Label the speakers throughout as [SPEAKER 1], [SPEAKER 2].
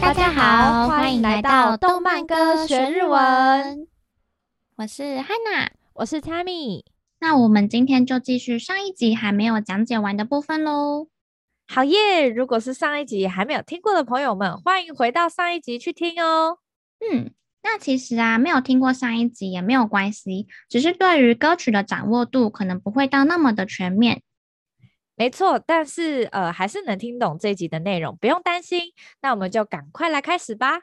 [SPEAKER 1] 大家好，欢迎来到动漫歌学日文，
[SPEAKER 2] 我是汉娜。
[SPEAKER 1] 我是 Tammy。
[SPEAKER 2] 那我们今天就继续上一集还没有讲解完的部分喽。
[SPEAKER 1] 好耶！如果是上一集还没有听过的朋友们，欢迎回到上一集去听哦。
[SPEAKER 2] 嗯，那其实啊，没有听过上一集也没有关系，只是对于歌曲的掌握度可能不会到那么的全面。
[SPEAKER 1] 没错，但是呃，还是能听懂这集的内容，不用担心。那我们就赶快来开始吧。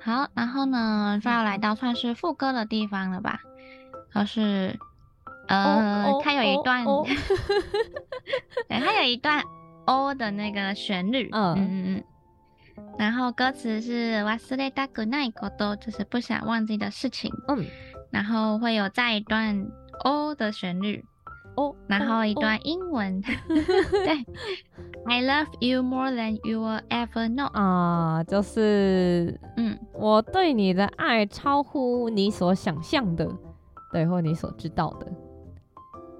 [SPEAKER 2] 好，然后呢，就要来到算是副歌的地方了吧？就是，呃，
[SPEAKER 1] 哦哦
[SPEAKER 2] 它有一段，
[SPEAKER 1] 哦
[SPEAKER 2] 对，它有一段 O 的那个旋律，
[SPEAKER 1] 嗯
[SPEAKER 2] 嗯嗯嗯。然后歌词是忘れたくないこと，就是不想忘记的事情。
[SPEAKER 1] 嗯，
[SPEAKER 2] 然后会有再一段 O 的旋律，
[SPEAKER 1] 哦，
[SPEAKER 2] 然后一段
[SPEAKER 1] 哦
[SPEAKER 2] 英文， 对，I love you more than you will ever know。
[SPEAKER 1] 啊、就是
[SPEAKER 2] 嗯，
[SPEAKER 1] 我对你的爱超乎你所想象的，对，或你所知道的。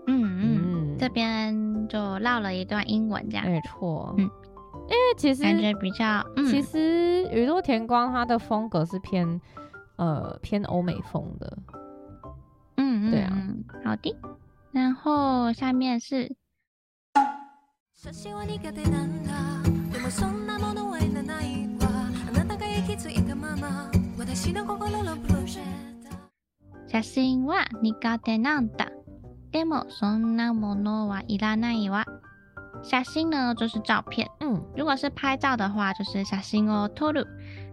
[SPEAKER 2] 嗯嗯，
[SPEAKER 1] 嗯，
[SPEAKER 2] 这边就绕了一段英文，这样
[SPEAKER 1] 没错。
[SPEAKER 2] 嗯
[SPEAKER 1] 因为其实
[SPEAKER 2] 感觉比较
[SPEAKER 1] 其
[SPEAKER 2] 嗯
[SPEAKER 1] 实宇多田光他的风格是偏呃偏欧美风的，
[SPEAKER 2] 嗯嗯，
[SPEAKER 1] 对啊
[SPEAKER 2] 嗯，好的。然后下面是
[SPEAKER 3] 写真は苦手なんだでもそんなものはいらないわあなたが息づいたまま私の心のプロジェクト
[SPEAKER 2] 写真は苦手なんだ。でもそんなものはいらないわ。写真呢就是照片。
[SPEAKER 1] 嗯
[SPEAKER 2] 如果是拍照的话，就是小心哦，托鲁。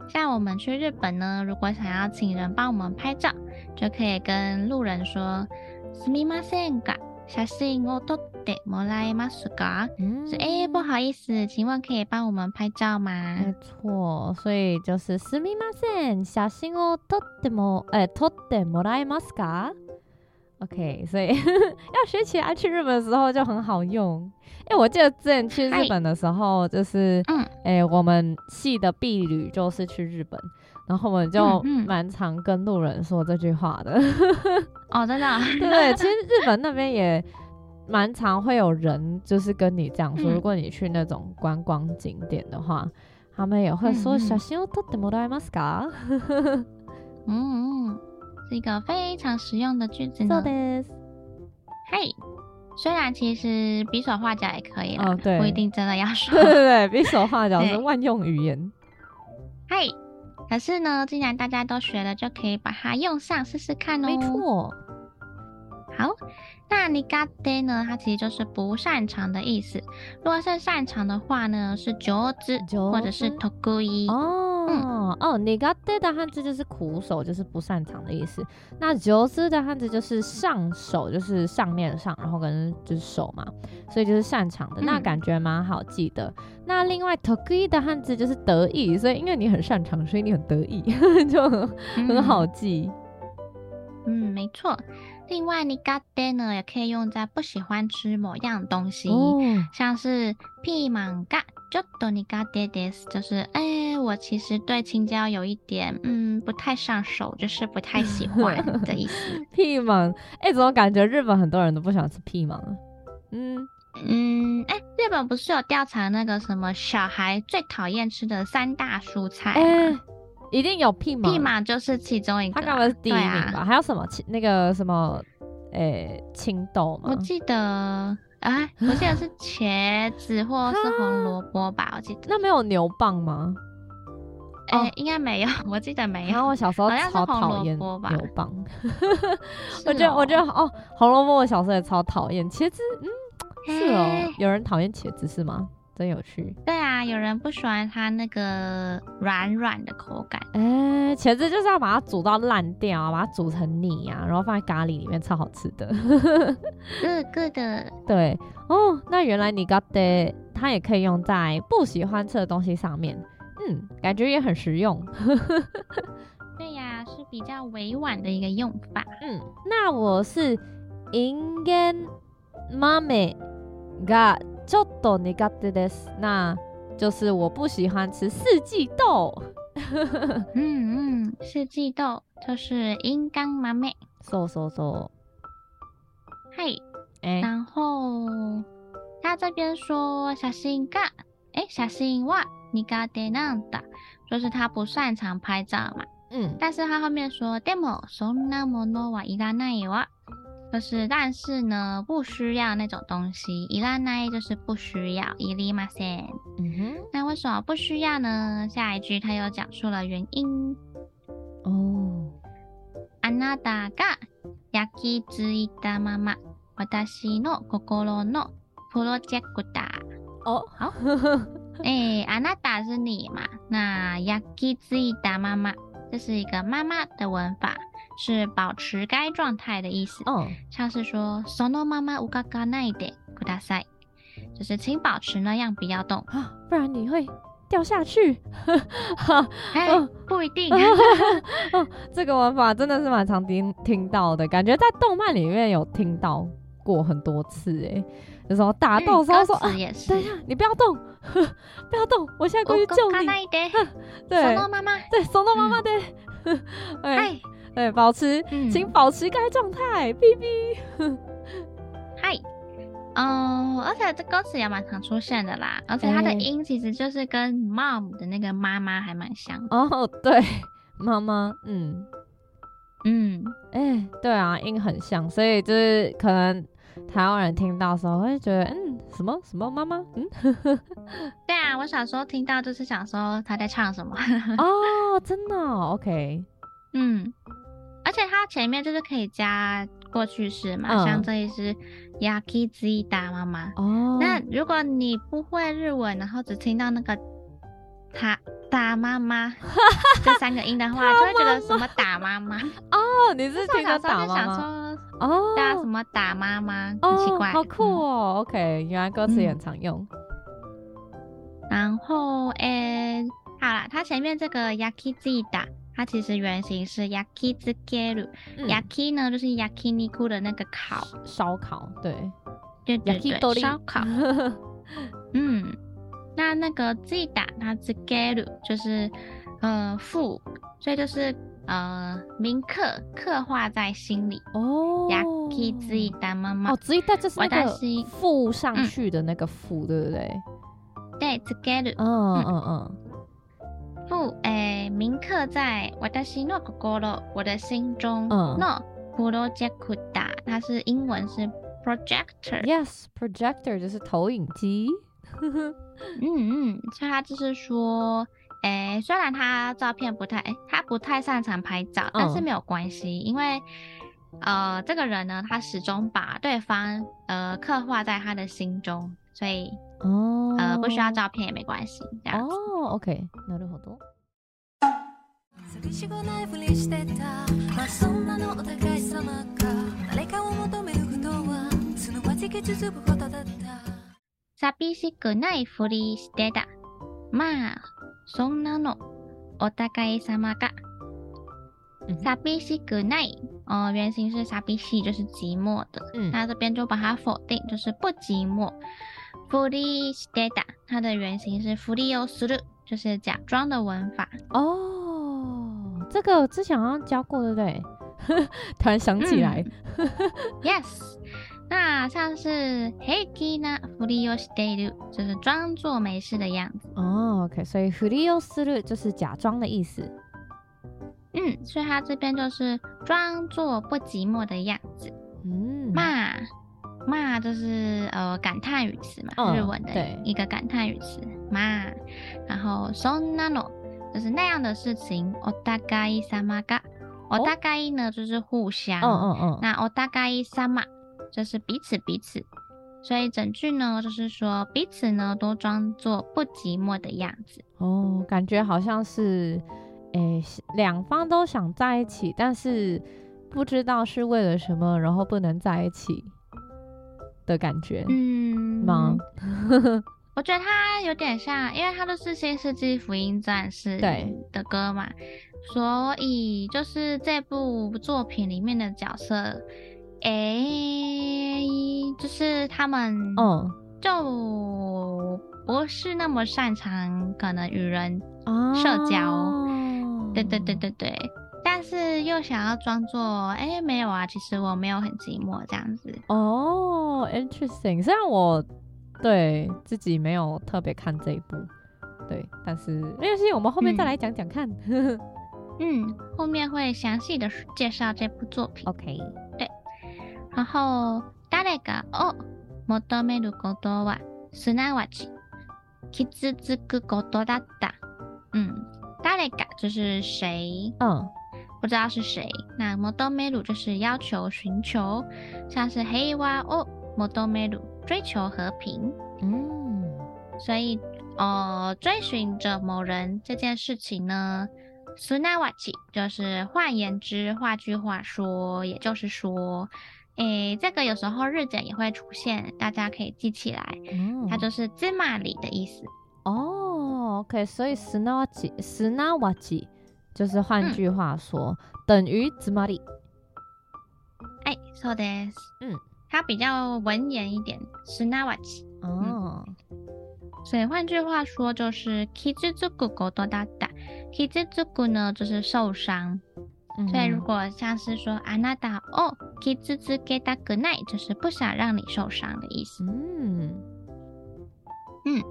[SPEAKER 2] 像我们去日本呢，如果想要请人帮我们拍照，就可以跟路人说“すみませんが、写真を撮ってもらえますか？”
[SPEAKER 1] 嗯
[SPEAKER 2] 是哎、不好意思，请问可以帮我们拍照吗？
[SPEAKER 1] 没错，所以就是すみません、写真を撮哦ってもえ撮ってもらえますか？OK，所以 要学起来去日本的时候就很好用。哎、我记得之前去
[SPEAKER 2] 嗨
[SPEAKER 1] 日本的时候，就是
[SPEAKER 2] 嗯
[SPEAKER 1] 哎、我们系的婢女就是去日本，然后我们就
[SPEAKER 2] 嗯嗯
[SPEAKER 1] 蛮常跟路人说这句话的。
[SPEAKER 2] 哦，真的哦、
[SPEAKER 1] 对，其实日本那边也蛮常会有人就是跟你这样说，
[SPEAKER 2] 嗯
[SPEAKER 1] 如果你去那种观光景点的话，他们也会
[SPEAKER 2] 嗯
[SPEAKER 1] 说
[SPEAKER 2] 嗯
[SPEAKER 1] “小心哦，撮ってもらえますか
[SPEAKER 2] 嗯嗯，是一个非常实用的句”？子
[SPEAKER 1] そう
[SPEAKER 2] 呢。
[SPEAKER 1] です。
[SPEAKER 2] 嗨，虽然其实比手画脚也可以啦，
[SPEAKER 1] 哦对
[SPEAKER 2] 不一定真的要说
[SPEAKER 1] 对。对对，比手画脚是
[SPEAKER 2] 对
[SPEAKER 1] 万用语言。
[SPEAKER 2] 嗨，可是呢，既然大家都学了，就可以把它用上试试看哦。
[SPEAKER 1] 没。错，
[SPEAKER 2] 好，那 n i g a d e 呢，它其实就是不擅长的意思。如果是擅长的话呢，是九之
[SPEAKER 1] 上
[SPEAKER 2] 或者是 t o g u i
[SPEAKER 1] 哦哦，你が对的汉字就是苦手，就是不擅长的意思。那九字的汉字就是上手，就是上面上，然后跟就是手嘛，所以就是擅长的。那
[SPEAKER 2] 嗯
[SPEAKER 1] 感觉蛮好记的。那另外 t o k i 的汉字就是得意，所以因为你很擅长，所以你很得意， 就很很好记。
[SPEAKER 2] 嗯，没错。另外 n i g a d e 呢，也可以用在不喜欢吃某样东西，
[SPEAKER 1] 嗯哦
[SPEAKER 2] 像是ピーマンがちょっと苦手です，就是哎、我其实对青椒有一点嗯不太上手，就是不太喜 欢的意思。
[SPEAKER 1] 屁芒，哎、怎么感觉日本很多人都不喜欢吃屁芒啊？嗯，
[SPEAKER 2] 嗯，哎、日本不是有调查那个什么小孩最讨厌吃的三大蔬菜
[SPEAKER 1] 哎、
[SPEAKER 2] 吗？
[SPEAKER 1] 一定有屁啊芒，
[SPEAKER 2] 蓖麻就是其中一个
[SPEAKER 1] 他
[SPEAKER 2] 啊，
[SPEAKER 1] 该不会是第一
[SPEAKER 2] 对
[SPEAKER 1] 名吧？
[SPEAKER 2] 啊？
[SPEAKER 1] 还有什么青那个什么，诶、青豆吗
[SPEAKER 2] 我？记得，哎、我记得是茄子或 是红萝卜吧，我记得，
[SPEAKER 1] 那没有牛蒡吗？
[SPEAKER 2] 哎、
[SPEAKER 1] 哦
[SPEAKER 2] 应该没有，我记得没
[SPEAKER 1] 然
[SPEAKER 2] 有。
[SPEAKER 1] 后我小时候
[SPEAKER 2] 好像是
[SPEAKER 1] 超讨厌
[SPEAKER 2] 红萝卜
[SPEAKER 1] 牛
[SPEAKER 2] 吧
[SPEAKER 1] 蒡，
[SPEAKER 2] 是
[SPEAKER 1] 我觉得
[SPEAKER 2] 哦
[SPEAKER 1] 我觉得哦，红萝卜我小时候也超讨厌，茄子嗯是
[SPEAKER 2] 哎
[SPEAKER 1] 哦，有人讨厌茄子是吗？真有趣。
[SPEAKER 2] 对啊，有人不喜欢它那个软软的口感，
[SPEAKER 1] 哎、茄子就是要把它煮到烂掉啊，把它煮成泥啊，然后放在咖喱里面，超好吃的。
[SPEAKER 2] 各个的，
[SPEAKER 1] 对哦，那原来你 got the 它也可以用在不喜欢吃的东西上面，嗯，感觉也很实用。
[SPEAKER 2] 对呀、是比较委婉的一个用法。
[SPEAKER 1] 嗯，那我是人間豆がちちょっと苦手です。那就是我不喜欢吃四季豆。
[SPEAKER 2] 嗯嗯，四季豆就是应干麻妹，
[SPEAKER 1] そうそうそう。
[SPEAKER 2] 嗨。
[SPEAKER 1] 哎、
[SPEAKER 2] 然后他这边说写信が，哎，写信は苦手なんだ，就是他不擅长拍照嘛。
[SPEAKER 1] 嗯，
[SPEAKER 2] 但是他后面说でもそんなものはいらないわ，就是但是呢不需要那种东西，いらない就是不需要，いりません。
[SPEAKER 1] 嗯
[SPEAKER 2] 那为什么不需要呢？下一句他又讲述了原因。
[SPEAKER 1] 哼，哦，
[SPEAKER 2] あなたが焼き付いたまま私の心のプロジェクター。
[SPEAKER 1] 哦，
[SPEAKER 2] 好，哎、あなた是你嘛？那焼き付いたまま这是一个妈妈的文法，是保持该状态的意思。
[SPEAKER 1] 嗯，
[SPEAKER 2] 像是说そのまま動かないでください，就是请保持那样，不要动。
[SPEAKER 1] 啊，不然你会掉下 去。哈，
[SPEAKER 2] 哎、
[SPEAKER 1] 哦
[SPEAKER 2] 不一定。
[SPEAKER 1] 这个玩法真的是蛮常听听到的，感觉在动漫里面有听到过很多次、哎，就什么 打斗的时候
[SPEAKER 2] 嗯
[SPEAKER 1] 说、
[SPEAKER 2] 歌
[SPEAKER 1] 啊，
[SPEAKER 2] 词也是
[SPEAKER 1] 等一。下，你不要动， 不要动，我现在过去救
[SPEAKER 2] 動か
[SPEAKER 1] 你
[SPEAKER 2] な。いでそ
[SPEAKER 1] 对哎
[SPEAKER 2] のまま。
[SPEAKER 1] 对， 怂到妈妈的，对
[SPEAKER 2] 嗯嗨
[SPEAKER 1] 对，保持，
[SPEAKER 2] 嗯
[SPEAKER 1] 请保持该状态哔哔。
[SPEAKER 2] 嗨，嗯，而且这歌词也蛮常出现的啦，而且它的
[SPEAKER 1] 哎
[SPEAKER 2] 音其实就是跟 mom 的那个妈妈还蛮像的。
[SPEAKER 1] 哦，对，妈妈，嗯，
[SPEAKER 2] 嗯，
[SPEAKER 1] 哎、对啊，音很像，所以就是可能台湾人听到的时候会觉得，嗯，什么什么妈妈， 嗯，
[SPEAKER 2] 对啊，我小时候听到就是想说他在唱什么。
[SPEAKER 1] 哦，真的、哦、，OK，
[SPEAKER 2] 嗯，而且它前面就是可以加过去式嘛，
[SPEAKER 1] 嗯
[SPEAKER 2] 像这里是 yaki z 打妈妈。
[SPEAKER 1] 哦，
[SPEAKER 2] 那如果你不会日文，然后只听到那个他打妈 妈这三个音的话，就会觉得什么打妈妈。
[SPEAKER 1] 哦，你 是听
[SPEAKER 2] 上小
[SPEAKER 1] 到
[SPEAKER 2] 时候就
[SPEAKER 1] 打妈
[SPEAKER 2] 想
[SPEAKER 1] 妈，
[SPEAKER 2] 说
[SPEAKER 1] 哦，
[SPEAKER 2] 大家什么打妈妈，很奇
[SPEAKER 1] 哦，
[SPEAKER 2] 怪，
[SPEAKER 1] 好酷
[SPEAKER 2] 嗯
[SPEAKER 1] 哦、o k 原来歌词也很
[SPEAKER 2] 嗯
[SPEAKER 1] 常用，
[SPEAKER 2] 然后诶，好啦，它前面这个 yaki z 打，它其实原型是 yaki z g e r u
[SPEAKER 1] 嗯
[SPEAKER 2] yaki 呢就是 yaki n i k u 的那个烤，
[SPEAKER 1] 烧烤，对
[SPEAKER 2] 对对
[SPEAKER 1] ，yakitori
[SPEAKER 2] 对，烧烤，嗯。那那个 z 打它 z g e r u 就是呃负，所以就是呃铭刻刻画在心里。
[SPEAKER 1] 哦
[SPEAKER 2] yaki z 打妈妈
[SPEAKER 1] 哦，直一代就是那个
[SPEAKER 2] 私
[SPEAKER 1] 附
[SPEAKER 2] 嗯
[SPEAKER 1] 上去的那个附，对不对？
[SPEAKER 2] 对 z g e r u
[SPEAKER 1] 嗯嗯嗯，
[SPEAKER 2] 不，诶，铭刻在我的心诺狗狗了，我的心中。
[SPEAKER 1] 嗯
[SPEAKER 2] 诺布罗杰库达，它是英文是 projector。
[SPEAKER 1] Yes, projector 就是投影机。
[SPEAKER 2] 嗯嗯，所以它就是说，诶，虽然它照片不太，诶它不太擅长拍照，但是
[SPEAKER 1] 嗯
[SPEAKER 2] 没有关系，因为。呃，这个人呢，他始终把对方呃刻画在他的心中，所以
[SPEAKER 1] 哦，
[SPEAKER 2] 呃不需要照片也没关系，这样子。
[SPEAKER 1] 哦，OK，なるほど。
[SPEAKER 3] 寂しくないふりしてたまあそんなのお互い様か誰かを求めることはすなわち続くことだった
[SPEAKER 2] 寂しくないふりしてた。まあ、そんなの、お互い様が。
[SPEAKER 1] 嗯哼
[SPEAKER 2] 寂しくない，呃，原型是寂しい，就是寂寞的。
[SPEAKER 1] 嗯
[SPEAKER 2] 那这边就把它否定，就是不寂寞。ふりしてた，它的原型是ふりをする，就是假装的文法。
[SPEAKER 1] 哦，这个之前好像教过，对不对？ 突然想起来，
[SPEAKER 2] Yes，那像是平気なふりをしている，就是装作没事的样子。
[SPEAKER 1] 哦，OK，所以ふりをする就是假装的意思。
[SPEAKER 2] 嗯，所以他这边就是装作不寂寞的样子。
[SPEAKER 1] 嗯，
[SPEAKER 2] 骂骂就是呃感叹语词嘛，
[SPEAKER 1] 嗯
[SPEAKER 2] 日文的
[SPEAKER 1] 对
[SPEAKER 2] 一个感叹语词骂。然后 sonano 就是那样的事情。o d a g a i samaga o d a g a i 呢就是互相，
[SPEAKER 1] 哦嗯嗯嗯，
[SPEAKER 2] 那 o d a g a i sama 就是彼此彼此。所以整句呢就是说彼此呢都装作不寂寞的样子。
[SPEAKER 1] 哦，感觉好像是，诶，是两方都想在一起，但是不知道是为了什么，然后不能在一起的感觉
[SPEAKER 2] 嗯，
[SPEAKER 1] 吗？
[SPEAKER 2] 我觉得它有点像，因为它都是新世纪福音战士
[SPEAKER 1] 对
[SPEAKER 2] 的歌嘛，所以就是这部作品里面的角色，诶、就是他们
[SPEAKER 1] 嗯，
[SPEAKER 2] 就不是那么擅长可能与人，
[SPEAKER 1] 啊
[SPEAKER 2] 社交对对对，对对，但是又想要装作哎、没有啊，其实我没有很寂寞这样子。
[SPEAKER 1] 哦、i n t e r e s t i n g 虽然我对自己没有特别看这一部，对，但是没关系，我们后面再
[SPEAKER 2] 嗯
[SPEAKER 1] 来讲讲看。
[SPEAKER 2] 嗯，后面会详细的介绍这部作品。
[SPEAKER 1] OK，
[SPEAKER 2] 然后誰かを求めることはすなわち傷つくことだった。嗯，誰か就是谁，
[SPEAKER 1] 嗯，
[SPEAKER 2] 不知道是谁。那求める就是要求、寻求，像是平和を求める追求和平。
[SPEAKER 1] 嗯，
[SPEAKER 2] 所以，呃，追寻着某人这件事情呢，すなわち就是换言之，换句话说，也就是说，诶，这个有时候日检也会出现，大家可以记起来，
[SPEAKER 1] 嗯
[SPEAKER 2] 它就是芝麻里的意思。
[SPEAKER 1] 哦，OK，所以すなわちすなわち就是换
[SPEAKER 2] 嗯
[SPEAKER 1] 句话说，等于つまり。
[SPEAKER 2] 哎，そうです。
[SPEAKER 1] 嗯，
[SPEAKER 2] 它比较文言一点，すなわち。
[SPEAKER 1] 哦，
[SPEAKER 2] 所以换句话说，就是傷つくことだった。傷つく呢，就是受伤。
[SPEAKER 1] 嗯
[SPEAKER 2] 所以如果像是说あなたを傷つけたくない，就是不想让你受伤的意思。嗯
[SPEAKER 1] 嗯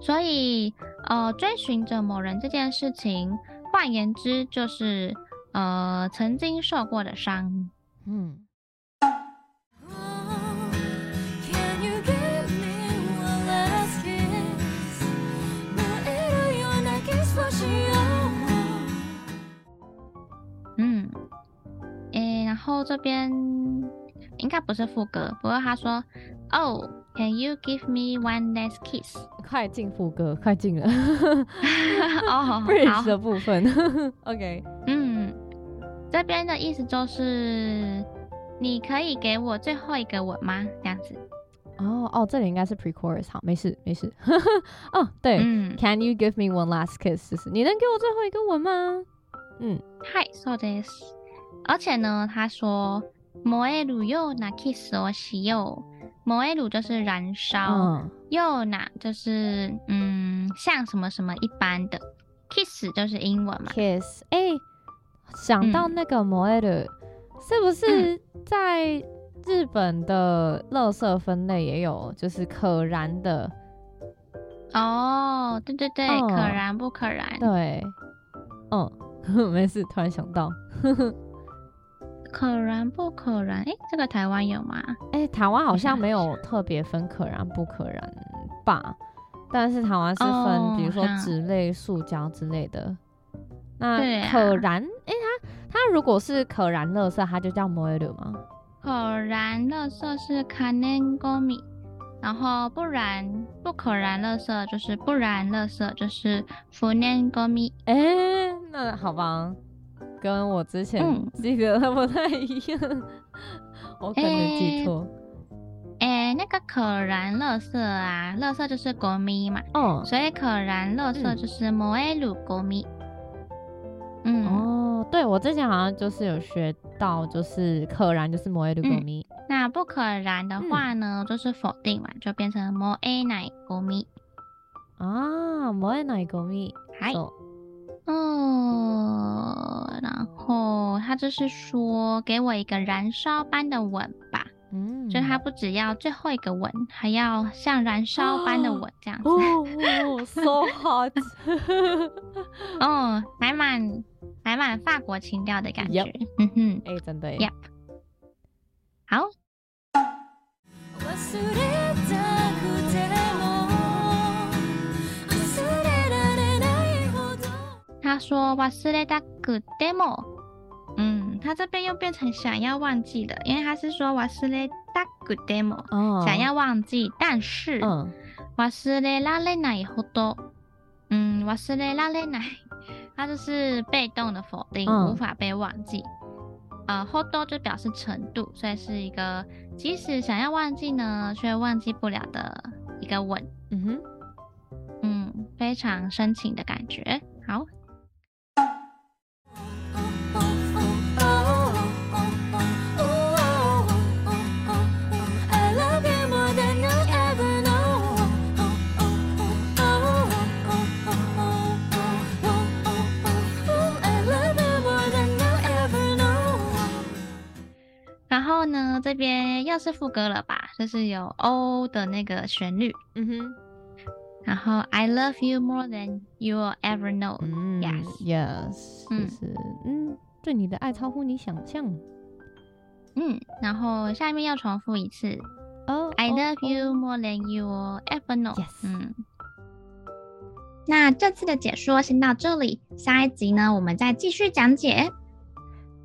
[SPEAKER 2] 所以呃，追寻着某人这件事情，换言之就是呃曾经受过的伤。
[SPEAKER 1] 嗯
[SPEAKER 3] Can you give me one last kiss? 燃えるようなキスをしよう
[SPEAKER 2] 嗯，诶，然后这边应该不是副歌，不过他说哦。Can you give me one last kiss？
[SPEAKER 1] 快进副歌，快进了
[SPEAKER 2] 哦，好
[SPEAKER 1] ，bridge 的部分 ，OK，
[SPEAKER 2] 嗯，这边的意思就是，你可以给我最后一个吻吗？这样子。
[SPEAKER 1] 哦哦，这里应该是 pre chorus，好，没事没事， 哦对
[SPEAKER 2] 嗯，
[SPEAKER 1] ，Can you give me one last kiss？就是你能给我最后一个吻吗？
[SPEAKER 2] 嗨，so this。而且呢，他说，摩耶鲁又拿 kiss 我喜柚，摩耶鲁就是燃烧，
[SPEAKER 1] 嗯
[SPEAKER 2] 又拿就是嗯，像什么什么一般的，kiss 就是英文嘛。
[SPEAKER 1] ，kiss，哎，想到
[SPEAKER 2] 嗯
[SPEAKER 1] 那个 m o e r 是不是在日本的垃圾分类也有就是可燃的？
[SPEAKER 2] 哦，对对对，
[SPEAKER 1] 哦
[SPEAKER 2] 可燃不可燃？
[SPEAKER 1] 对，嗯， 没事，突然想到。
[SPEAKER 2] 可燃不可燃？诶，这个台湾有吗？
[SPEAKER 1] 哎、台湾好
[SPEAKER 2] 你想
[SPEAKER 1] 像没有特别分可燃不可燃吧，但是台湾是分，
[SPEAKER 2] 哦
[SPEAKER 1] 比如说
[SPEAKER 2] 好像
[SPEAKER 1] 纸类、塑胶之类的。那
[SPEAKER 2] 对啊
[SPEAKER 1] 可燃，哎、它它如果是可燃垃圾，它就叫 m o e l 吗？
[SPEAKER 2] 可燃垃圾是 kanen gomi，然后不然不可燃垃圾就是不燃垃圾就是 funen gomi。
[SPEAKER 1] 哎、那好吧，跟我之前
[SPEAKER 2] 嗯
[SPEAKER 1] 记得的不太一样，我可能记
[SPEAKER 2] 哎
[SPEAKER 1] 错。
[SPEAKER 2] 诶，那个可燃垃圾啊，垃圾就是 gomi 嘛，
[SPEAKER 1] 哦、
[SPEAKER 2] 所以可燃垃圾
[SPEAKER 1] 嗯
[SPEAKER 2] 就是 moelu gomi。嗯，
[SPEAKER 1] 哦，对我之前好像就是有学到，就是可燃就是 m o e l
[SPEAKER 2] 嗯
[SPEAKER 1] gumi。
[SPEAKER 2] 那不可燃的话呢，就是否定嘛，就变成 moenai gomi。
[SPEAKER 1] 啊，m o e l gumi。
[SPEAKER 2] 嗨。
[SPEAKER 1] そう
[SPEAKER 2] 嗯，然后他就是说，给我一个燃烧般的吻吧，
[SPEAKER 1] 嗯，
[SPEAKER 2] 就他不只要最后一个吻，还要像燃烧般的吻这样子。
[SPEAKER 1] 哦哦，so hot，
[SPEAKER 2] 哦，满满满满法国情调的感觉。
[SPEAKER 1] Yep
[SPEAKER 2] 嗯哼，
[SPEAKER 1] 哎、真的耶
[SPEAKER 2] Yep 好，
[SPEAKER 3] 忘れたくても忘れられないほど
[SPEAKER 2] 他说哇斯雷达古 demo，嗯，他这边又变成想要忘记了，因为他是说哇斯雷达古 demo，
[SPEAKER 1] 哦
[SPEAKER 2] 想要忘记，但是。
[SPEAKER 1] 嗯
[SPEAKER 2] 忘れられないほど，嗯，忘れられない，它就是被动的否定，
[SPEAKER 1] 嗯
[SPEAKER 2] 无法被忘记。呃，ほど就表示程度，所以是一个即使想要忘记呢，却忘记不了的一个吻，
[SPEAKER 1] 嗯哼，
[SPEAKER 2] 嗯，非常深情的感觉。好，
[SPEAKER 3] I love you more than you ever know
[SPEAKER 2] 然后呢，这边又是副歌了吧？就是有 O 的那个旋律，
[SPEAKER 1] 嗯哼，
[SPEAKER 2] 然后 I love you more than you will ever know，哦
[SPEAKER 1] 嗯
[SPEAKER 2] Yes
[SPEAKER 1] yes，
[SPEAKER 2] 嗯
[SPEAKER 1] 就是嗯，对你的爱超乎你想象。
[SPEAKER 2] 嗯，然后下面要重复一次
[SPEAKER 1] 哦
[SPEAKER 2] I
[SPEAKER 1] 哦
[SPEAKER 2] love
[SPEAKER 1] 哦
[SPEAKER 2] you more than you will ever know。
[SPEAKER 1] Yes
[SPEAKER 2] 嗯。那这次的解说先到这里，下一集呢，我们再继续讲解。